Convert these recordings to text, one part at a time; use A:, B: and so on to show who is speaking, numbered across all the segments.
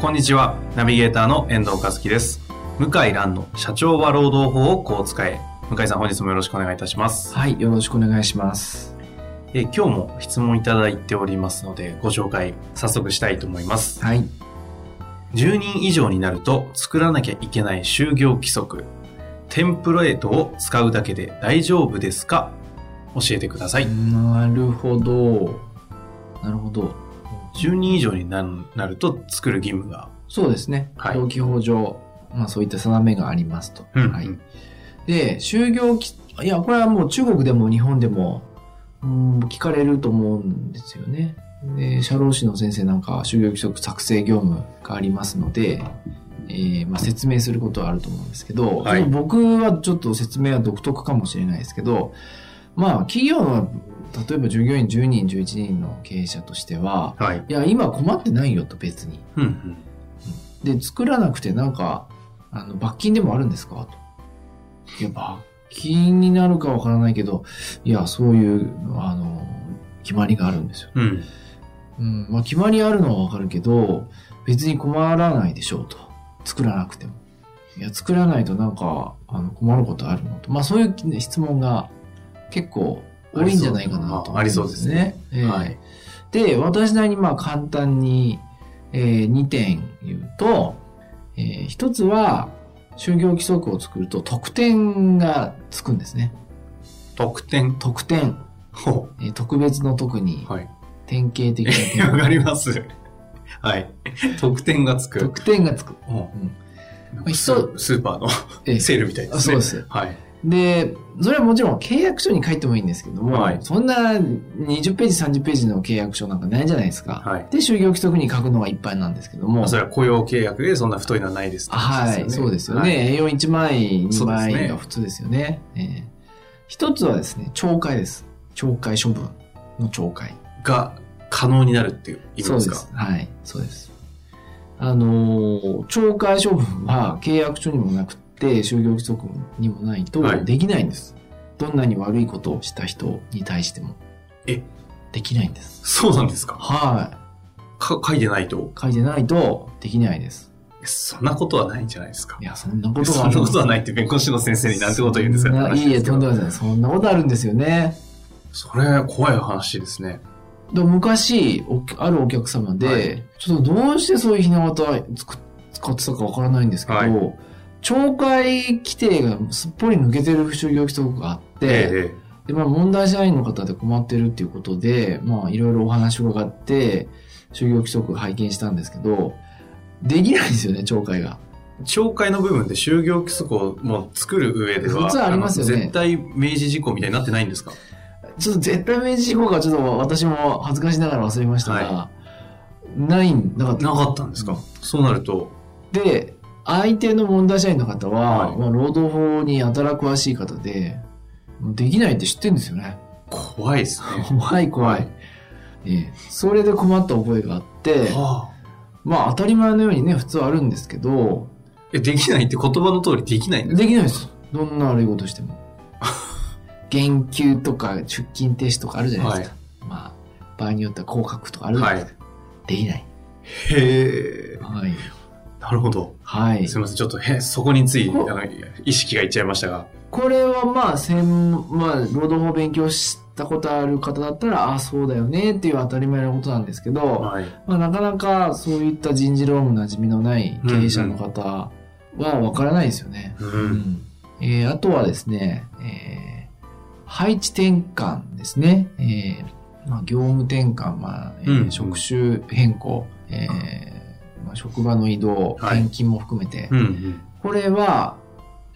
A: こんにちは。ナビゲーターの遠藤和樹です。向井蘭の社長は労働法をこう使え。向井さん、本日もよろしくお願いいたします。
B: はい、よろしくお願いします。
A: えー今日も質問いただいておりますので、ご紹介早速したいと思います。
B: はい。
A: 10人以上になると作らなきゃいけない就業規則。テンプレートを使うだけで大丈夫ですか教えてください。
B: なるほど。なるほど。
A: 10人以上になるなると作る義務が。
B: そうですね。
A: はい
B: 登記法上、まあそういった定めがありますと。
A: うん
B: はい。で、就業き、いや、これはもう中国でも日本でも、うん、聞かれると思うんですよね。で、社労士の先生なんかは就業規則作成業務がありますので、えーまあ、説明することはあると思うんですけど、
A: はい
B: その僕はちょっと説明は独特かもしれないですけど、まあ、企業の、例えば従業員10人、11人の経営者としては、
A: はい。
B: いや、今困ってないよと別に。
A: うんうん
B: で、作らなくてなんか、あの、罰金でもあるんですかと。いや、罰金になるかわからないけど、いや、そういう、あの、決まりがあるんですよ。
A: うん。
B: うん、まあ、決まりあるのはわかるけど、別に困らないでしょうと。作らなくても。いや、作らないとなんか、あの、困ることあるのと。まあ、そういうね質問が結構多いんじゃないかなと思んよ。
A: ありそうですね
B: ええ。
A: はい
B: で、私なりにまあ、簡単に、えー、2点言うと、えー、1つは、就業規則を作ると特典がつくんですね。
A: 特典。
B: 特典。
A: ほ
B: えー特別の特に
A: う。、はい。
B: 典型的な 典
A: わかります。はい。得点がつく。
B: 特典がつく。
A: うん
B: まあ
A: ス
B: 人
A: スーパーの
B: えー
A: セールみたいですね。
B: あそうです。
A: はい。
B: で、それはもちろん契約書に書いてもいいんですけども、
A: はい
B: そんな20ページ、30ページの契約書なんかないじゃないですか。
A: はい。
B: で、就業規則に書くのが一般なんですけども
A: まあ、、それは雇用契約でそんな太いのはないですって
B: は
A: 話
B: い、
A: です
B: そ
A: よね、
B: うですよね。栄養1枚、2
A: そうです
B: 枚
A: ね
B: が普通ですよね。えー一つはですね、懲戒です。懲戒処分の懲戒。
A: はい。が可能になるっていう意味
B: そう
A: で
B: です
A: か。
B: す。はい、そうです。あのー懲戒処分は契約書にもなくて、就業規則にもないと
A: はい
B: できないんです。どんなに悪いことをした人に対しても。
A: え
B: できないんです。
A: そうなんですか
B: は
A: か書いてないと。
B: い。書いてないとできないです。
A: そんなことはないんじゃないですか
B: い。や、そんなこと
A: そ
B: は
A: んなことはないって弁護士の先生になんてこと言うんですか
B: そんない
A: 話
B: い
A: で
B: え、
A: すけど
B: とんでもないです。そんなことあるんですよね。
A: それ怖い話ですね。
B: でも昔、おあるお客様で、
A: はい
B: ちょっとどうしてそういうひな形つく使ってたかわからないんですけど、
A: はい
B: 懲戒規定がすっぽり抜けてる就業規則があって、
A: え
B: で、まあ問題社員の方で困ってるっていうことで、まあいろいろお話を伺って、就業規則を拝見したんですけど、できないんですよね、懲戒が。
A: え。懲戒の部分で就業規則をもう作る上では、
B: 普通はありますよね
A: の絶対明示事項みたいになってないんですか
B: ちょっと絶対明示事項がちょっと私も恥ずかしながら忘れましたが、
A: は
B: ないんだから
A: なかったんですか、そうなると、
B: で相手の問題社員の方は、
A: はい
B: まあ、労働法にやたら詳しい方でもうできないって知ってるんですよね
A: 怖いですね。
B: 怖い怖い、ええそれで困った覚えがあって
A: は
B: まあ当たり前のようにね普通はあるんですけど
A: あ、えできないって言葉の通りできないんです
B: できないですどんな悪いことして も減給とか出勤停止とかあるじゃないですか、まあ場合によっては降格とかあるじゃないですか、できない
A: へえ。
B: はい、
A: なるほど。
B: はい、
A: すみません。ちょっとへ、そこについ、あ
B: こ
A: の、意識がいっちゃいましたが。
B: これはまあ専門、まあ、労働法を勉強したことある方だったら、ああ、そうだよねっていう当たり前のことなんですけど、
A: はい。
B: まあ、なかなかそういった人事労務なじみのない経営者の方はわからないですよね。
A: う。
B: うんんえーあとはですね、えー配置転換ですね。えーまあ、業務転換、まあえー
A: うん
B: 職種変更、えーまあ、職場の移動、
A: はい
B: 転勤も含めて、
A: うんうん。
B: これは、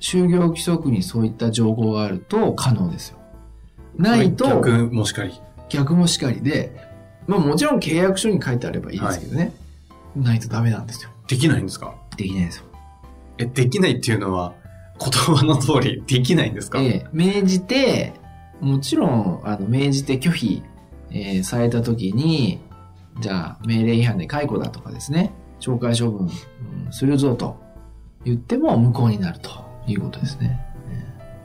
B: 就業規則にそういった情報があると可能ですよ。ないと、
A: 逆もしかり。
B: 逆もしかりで、まあもちろん契約書に書いてあればいいですけどね。ないとダメなんですよ。
A: できないんですか
B: できないですよ。
A: え、できないっていうのは、言葉の通り、できないんですか、
B: で、命じて、もちろん、あの、命じて拒否、えーされた時に、じゃあ、命令違反で解雇だとかですね、懲戒処分、うんするぞと言っても無効になるということですね。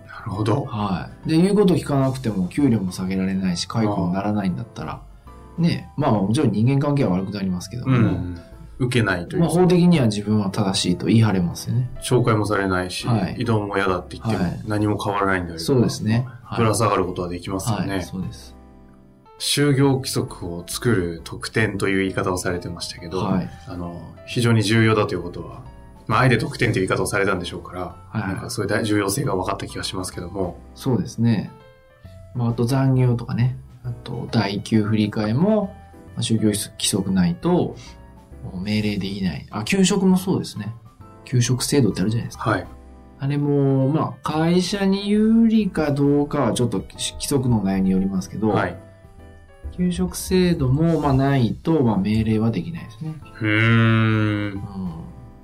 A: なるほど。
B: はい。で、言うこと聞かなくても給料も下げられないし、解雇にならないんだったら、ね、まあもちろん人間関係は悪くなりますけど
A: う
B: も、
A: ん。受けないという
B: ま
A: か
B: あ、法的には自分は正しいと言い張れますよね。
A: 紹介もされないし、
B: はい
A: 移動も嫌だって言って
B: はい
A: も何も変わらないんだけど、
B: そうですね。はい
A: ぶら下がることはできますよね、
B: はい、そうです。
A: 就業規則を作る特典という言い方をされてましたけど、
B: はい
A: あの非常に重要だということは、まあ、あえて特典という言い方をされたんでしょうから、
B: は
A: な
B: い
A: んかそういう大重要性が分かった気がしますけども、
B: そうですね。まあ、あと残業とかね、あと第給振り替えも、まあ、就業規則ないと、もう命令できない。あ、給食もそうですね。給食制度ってあるじゃないですか。
A: はい、
B: あれも、まあ、会社に有利かどうかはちょっと規則の内容によりますけど、
A: はい、
B: 給食制度も、まあ、ないと、まあ、命令はできないですね。
A: うー
B: うんん。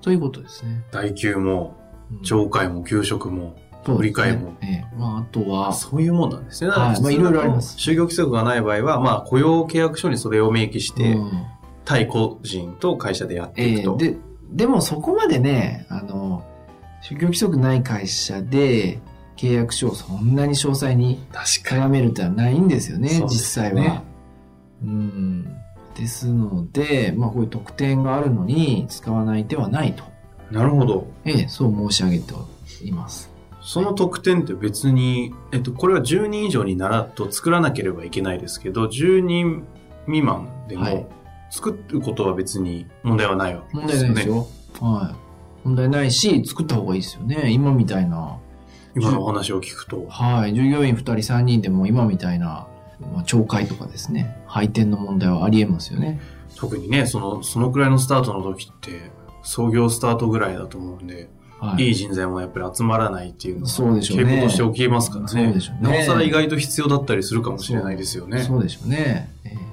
B: ということですね。
A: 代給も
B: うん
A: 懲戒も給食も
B: そう
A: 振
B: で
A: り
B: すね
A: 替えも
B: ええまあ、あとは、
A: そういうもんなんですね。
B: はい
A: だから
B: まあいろいろあります
A: 就業規則がない場合は、まあ、雇用契約書にそれを明記して、
B: うん
A: 対個人と会社でやってい
B: え
A: くと。
B: えで、でもそこまでね、あの、就業規則ない会社で契約書をそんなに詳細に
A: 確か
B: 絡めるってのはないんですよね、
A: そうで
B: 実
A: すよ
B: 際
A: ね
B: は。うん。ですので、まあこういう特典があるのに使わない手はないと。
A: に。なるほど。
B: ええ、そう申し上げています。
A: その特典って別に、えっと、これは10人以上にならと作らなければいけないですけど、10人未満で
B: はい
A: も作ることは別に問題はないわけ
B: 問
A: で
B: 題
A: す
B: な
A: よ
B: いです
A: ね。
B: よ。はい。問題ないし、作った方がいいですよね。今みたいな。
A: 今のお話を聞くと。
B: はい。従業員2人3人でも今みたいな、まあ懲戒とかですね、配点の問題はありえますよね。
A: 特にね、その、そのくらいのスタートの時って、創業スタートぐらいだと思うんで、、
B: はい
A: い
B: い。
A: 人材もやっぱり集まらないっていうのが
B: そうでしょうね
A: 傾向として起きますから
B: そう
A: ね
B: でしょうね
A: なおさら意外と必要だったりするかもしれないですよね。
B: そうでしょうね。えー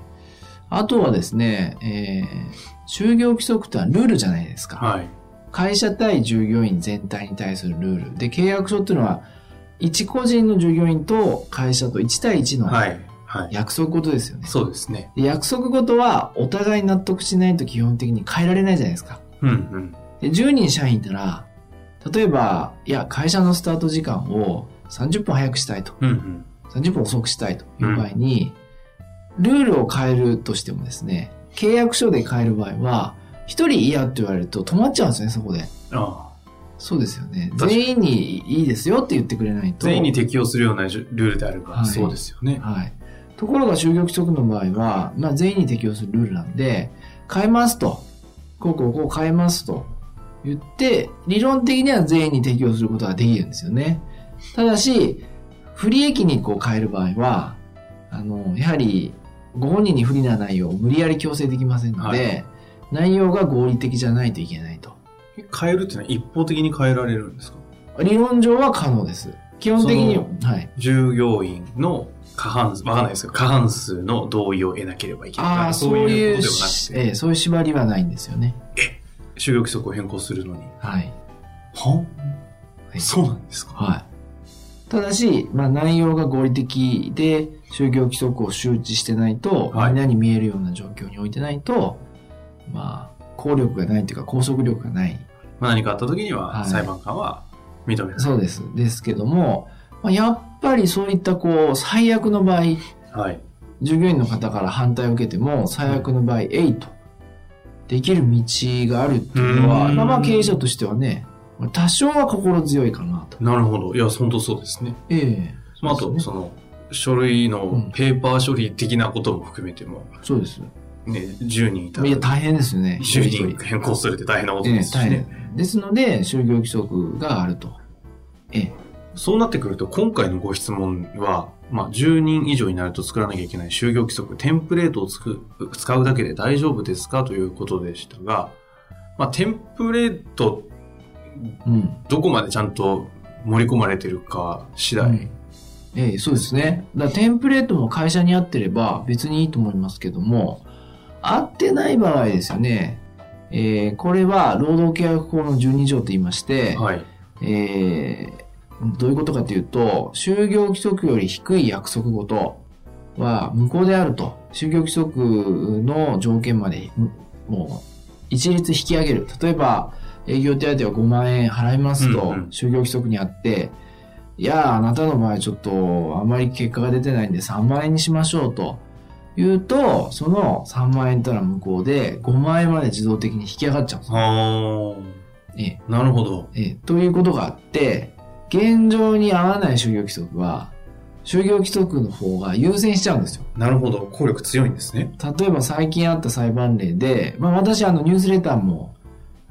B: あとはですね、えー就業規則とはルールじゃないですか。
A: はい。
B: 会社対従業員全体に対するルール。で、契約書っていうのは、一個人の従業員と会社と1対1の
A: はい。はい。
B: 約束事ですよね。
A: そうですね。
B: で約束事はお互い納得しないと基本的に変えられないじゃないですか。
A: うんうん。
B: で10人社員いたら、例えば、いや、会社のスタート時間を30分早くしたいと。
A: うんうん。
B: 30分遅くしたいという場合に、ルールを変えるとしてもですね、契約書で変える場合は、一人嫌って言われると止まっちゃうんですね、そこで。
A: ああ
B: そうですよね。
A: 確かに
B: 全員にいいですよって言ってくれないと。
A: 全員に適用するようなルールであれば、
B: はい
A: そうですよね。
B: はい。ところが就業規則の場合は、まあ全員に適用するルールなんで、変えますと。こうこうこう変えますと言って、理論的には全員に適用することができるんですよね。ただし、不利益にこう変える場合は、あの、やはり、ご本人に不利な内容を無理やり強制できませんので、
A: は
B: 内容が合理的じゃないといけないと。
A: 変えるっていうのは一方的に変えられるんですか
B: 理論上は可能です。基本的には
A: そ、
B: はい。
A: 従業員の過半数、わかんないですけど、過半数の同意を得なければいけないと
B: あ
A: か。
B: あ、そういう
A: ことではな
B: し、
A: くて、
B: ええそういう縛りはないんですよね。
A: 就業規則を変更するのに。
B: はい。
A: は
B: はい
A: そうなんですか
B: はい。ただし、まあ、内容が合理的で、就業規則を周知してないと、
A: はい
B: みんなに見えるような状況に置いてないと、まあ、効力がないというか、拘束力がない。
A: まあ何かあった時に
B: は
A: は、
B: い
A: 裁判官は認めない。
B: そうです。ですけども、まあ、やっぱりそういった、こう、最悪の場合、
A: はい。
B: 従業員の方から反対を受けても、最悪の場合、えいと、できる道があるっていうの
A: う
B: は、
A: ーん
B: まあまあ、経営者としてはね、多少は心強いかなと。
A: なるほど。いや、本当そうですね。
B: ええ
A: まあ、あと、その、書類
B: うん
A: のペーパー処理的なことも含めても、
B: そうです。そう
A: ね、10人いた
B: です。
A: ら、10
B: いや、大変ですよね。一人一人
A: 人変更するって大変なこと
B: ええ
A: ですし
B: 大
A: ね。
B: 変ですので、就業規則があると。ええ
A: そうなってくると、今回のご質問は、まあ、10人以上になると作らなきゃいけない就業規則、テンプレートをつく使うだけで大丈夫ですかということでしたが、まあ、テンプレート、
B: うん。
A: どこまでちゃんと盛り込まれてるか次
B: う
A: 第
B: んええ、そうですね。だからテンプレートも会社に合ってれば別にいいと思いますけども、合ってない場合ですよね。えーこれは労働契約法の12条と言いまして、
A: はい。
B: えーどういうことかというと、就業規則より低い約束事は無効であると、就業規則の条件まで、うんもう、一律引き上げる。例えば、営業手当は5万円払いますと、
A: うんうん
B: 就業規則にあって、いやあ、あなたの場合ちょっと、あまり結果が出てないんで3万円にしましょうと。言うと、その3万円ったら無効で、5万円まで自動的に引き上がっちゃうんです。
A: あ
B: ええ
A: あ、なるほど。
B: えーということがあって、現状に合わない就業規則は、就業規則の方が優先しちゃうんですよ。
A: なるほど。効力強いんですね。
B: 例えば最近あった裁判例で、まあ私あのニュースレターも、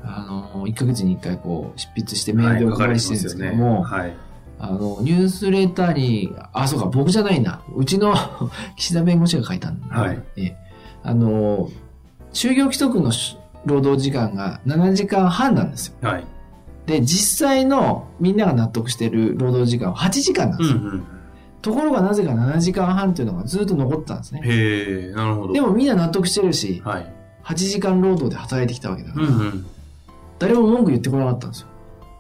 B: あの、1ヶ月に1回こう執筆してメールでお配りしてるんですけども、
A: はい。
B: あの、ニュースレターに、あ、そうか、僕じゃないんだ。うちの 岸田弁護士が書いたんだ。
A: はい。
B: ええあの、就業規則の労働時間が7時間半なんですよ。
A: はい。
B: で、実際のみんなが納得してる労働時間は8時間なん
A: う
B: で
A: ん
B: すよ。
A: うん。
B: ところがなぜか7時間半というのがずっと残ってたんですね。
A: へえ、なるほど。
B: でもみんな納得してるし、
A: はい。
B: 8時間労働で働いてきたわけだか
A: うん
B: ら、
A: うん。
B: 誰も文句言ってこなかったんですよ。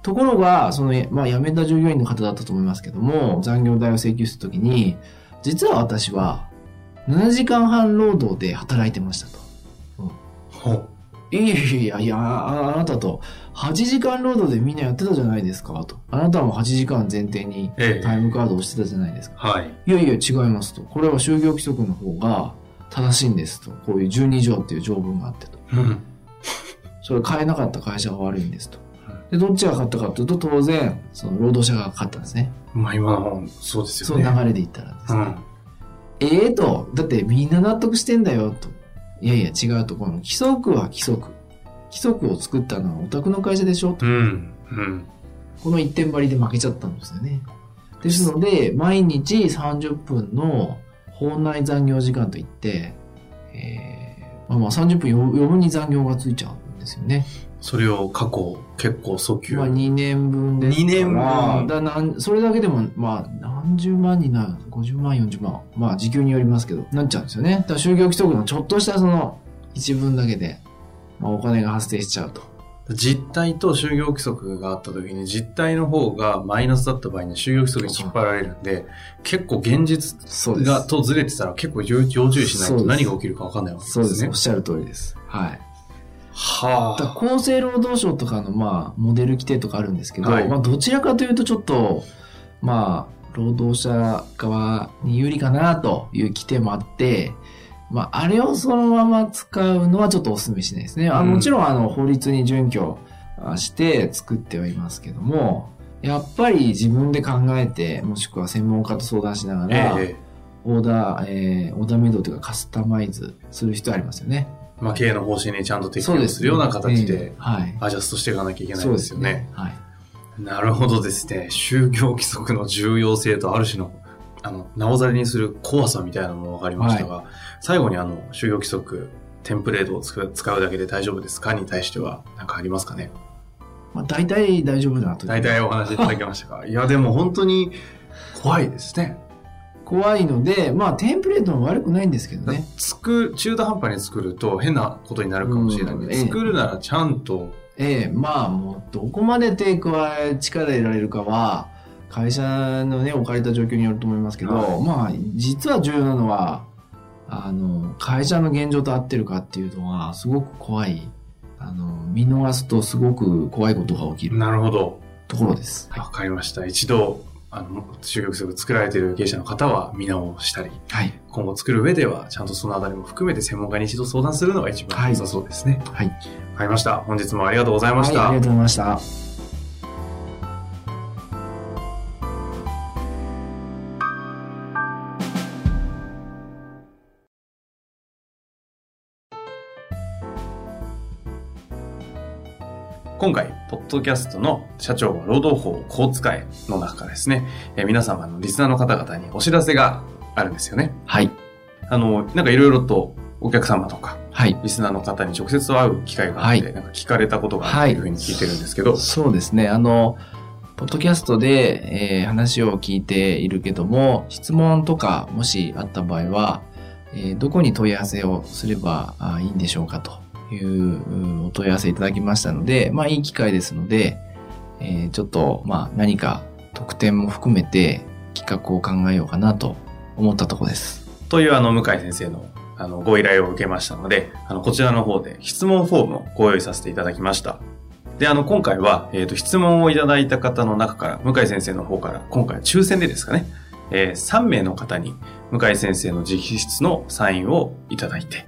B: ところが、その、まあ、辞めた従業員の方だったと思いますけども、残業代を請求するときに、実は私は、7時間半労働で働いてましたと。
A: ほう。
B: いやいやいや、ああなたと、8時間労働でみんなやってたじゃないですか、と。あなたも8時間前提に
A: え
B: タ
A: え。
B: イムカードを押してたじゃないですか。
A: はい。
B: いやいや、違いますと。これは就業規則の方が正しいんですと。こういう12条っていう条文があってと。
A: うん。
B: それ変えなかった会社が悪いんですと。で、どっちが勝ったかというと、当然、その労働者が勝ったんですね。
A: まあ今の本、そうです
B: そ
A: よね。
B: の流れで言ったらです
A: う
B: ね。
A: ん。
B: ええと、だってみんな納得してんだよと。いやいや、違うと。この規則は規則。規則を作ったのはお宅の会社でしょと。
A: うん。うん。
B: この一点張りで負けちゃったんですよね。ですので、毎日30分の法内残業時間といって、えーまあまあ30分余余分に残業がついちゃうんですよね。
A: それを過去、結構訴求。
B: まあ2年分ですから。
A: 二年分
B: だなんそれだけでも、まあ何十万になる ?50 万、40万。まあ時給によりますけど、なっちゃうんですよね。だから就業規則のちょっとしたその一文だけで、まあお金が発生しちゃうと。
A: 実態と就業規則があった時に実態の方がマイナスだった場合に就業規則に引っ張られるんで結構現実
B: そうです。
A: がとずれてたら結構要注意しないと
B: そうです
A: 何が起きるか分かんないわけです
B: そう
A: ね。
B: です。おっしゃる通りです。はい。
A: は
B: だ
A: あ。
B: から厚生労働省とかの、まあ、モデル規定とかあるんですけど、
A: はい
B: まあ、どちらかというとちょっと、まあ、労働者側に有利かなという規定もあって、まあ、あれをそのまま使うのはちょっとお勧めしないですね。あ
A: うん
B: もちろん、あの、法律に準拠あして作ってはいますけども、やっぱり自分で考えて、もしくは専門家と相談しなが
A: え
B: ら、
A: え
B: オーダー、えーオーダーメイドというかカスタマイズする必要ありますよね。
A: まあ、経営の方針にちゃんと適用するような形で
B: えーはい。
A: アジャストしていかなきゃいけないですよね。。
B: はい。
A: なるほどですね。就業規則の重要性とある種の、あの、なおざりにする怖さみたいなのも分かりましたが、最後にあの、就業規則、テンプレートを使う使うだけで大丈夫ですかに対しては何かありますかね
B: まあ、大体大丈夫だなと。
A: 大体お話いただけましたか いや、でも本当に怖いですね。
B: 怖いので、まあ、テンプレートも悪くないんですけどね。
A: つく、中途半端に作ると変なことになるかもしれないので、
B: うんええ
A: 作るならちゃんと、
B: ええまあ、もう、どこまで手加え、力入れられるかは、会社のね、置かれた状況によると思いますけど、
A: はい
B: まあ、実は重要なのは、あの、会社の現状と合ってるかっていうのは、すごく怖い。あの、見逃すとすごく怖いことが起きる
A: なるほど。
B: ところです。
A: わかりました。一度、あの、就業規則作られている経営者の方は見直したり、
B: はい。
A: 今後作る上では、ちゃんとそのあたりも含めて専門家に一度相談するのが一番良さそうですね。
B: はい。
A: わかりました。本日もありがとうございました。
B: はいありがとうございました。
A: 今回、ポッドキャストの社長は労働法をこう使えの中からですね、えー皆様のリスナーの方々にお知らせがあるんですよね。
B: はい。
A: あの、なんかいろいろとお客様とか、
B: はい。
A: リスナーの方に直接会う機会があって、
B: は
A: なんか聞かれたことがあるというふうに聞いてるんですけど、
B: そうですね。あの、ポッドキャストで、えー話を聞いているけども、質問とかもしあった場合は、えーどこに問い合わせをすればあいいんでしょうかといううんお問い合わせいただきましたので、まあいい機会ですので、えーちょっと、まあ何か特典も含めて企画を考えようかなと思ったところです。
A: というあの向井先生のあのご依頼を受けましたのであのこちらの方で質問フォームをご用意させていただきましたであの今回は、えー、と質問をいただいた方の中から向井先生の方から今回は抽選でですかね、えー3名の方に向井先生の直筆のサインをいただいて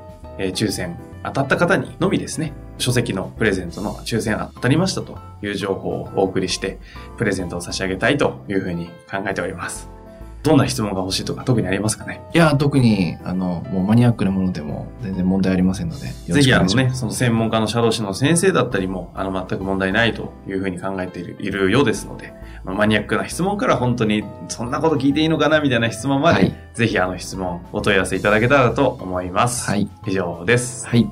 A: えー抽選当たった方にのみですね、書籍のプレゼントの抽選当たりましたという情報をお送りして、プレゼントを差し上げたいというふうに考えております。どんな質問が欲しいとか特にありますかね
B: いや、特に、あの、もうマニアックなものでも全然問題ありませんので、よ
A: ぜ
B: ろし
A: ひ
B: くお
A: あの
B: 願いします
A: ね、その専門家の社労士の先生だったりも、あの全く問題ないというふうに考えているいるようですので、まあマニアックな質問から本当にそんなこと聞いていいのかなみたいな質問まで、
B: はい。
A: ぜひあの質問お問い合わせいただけたらと思います。
B: はい。
A: 以上です。
B: はい。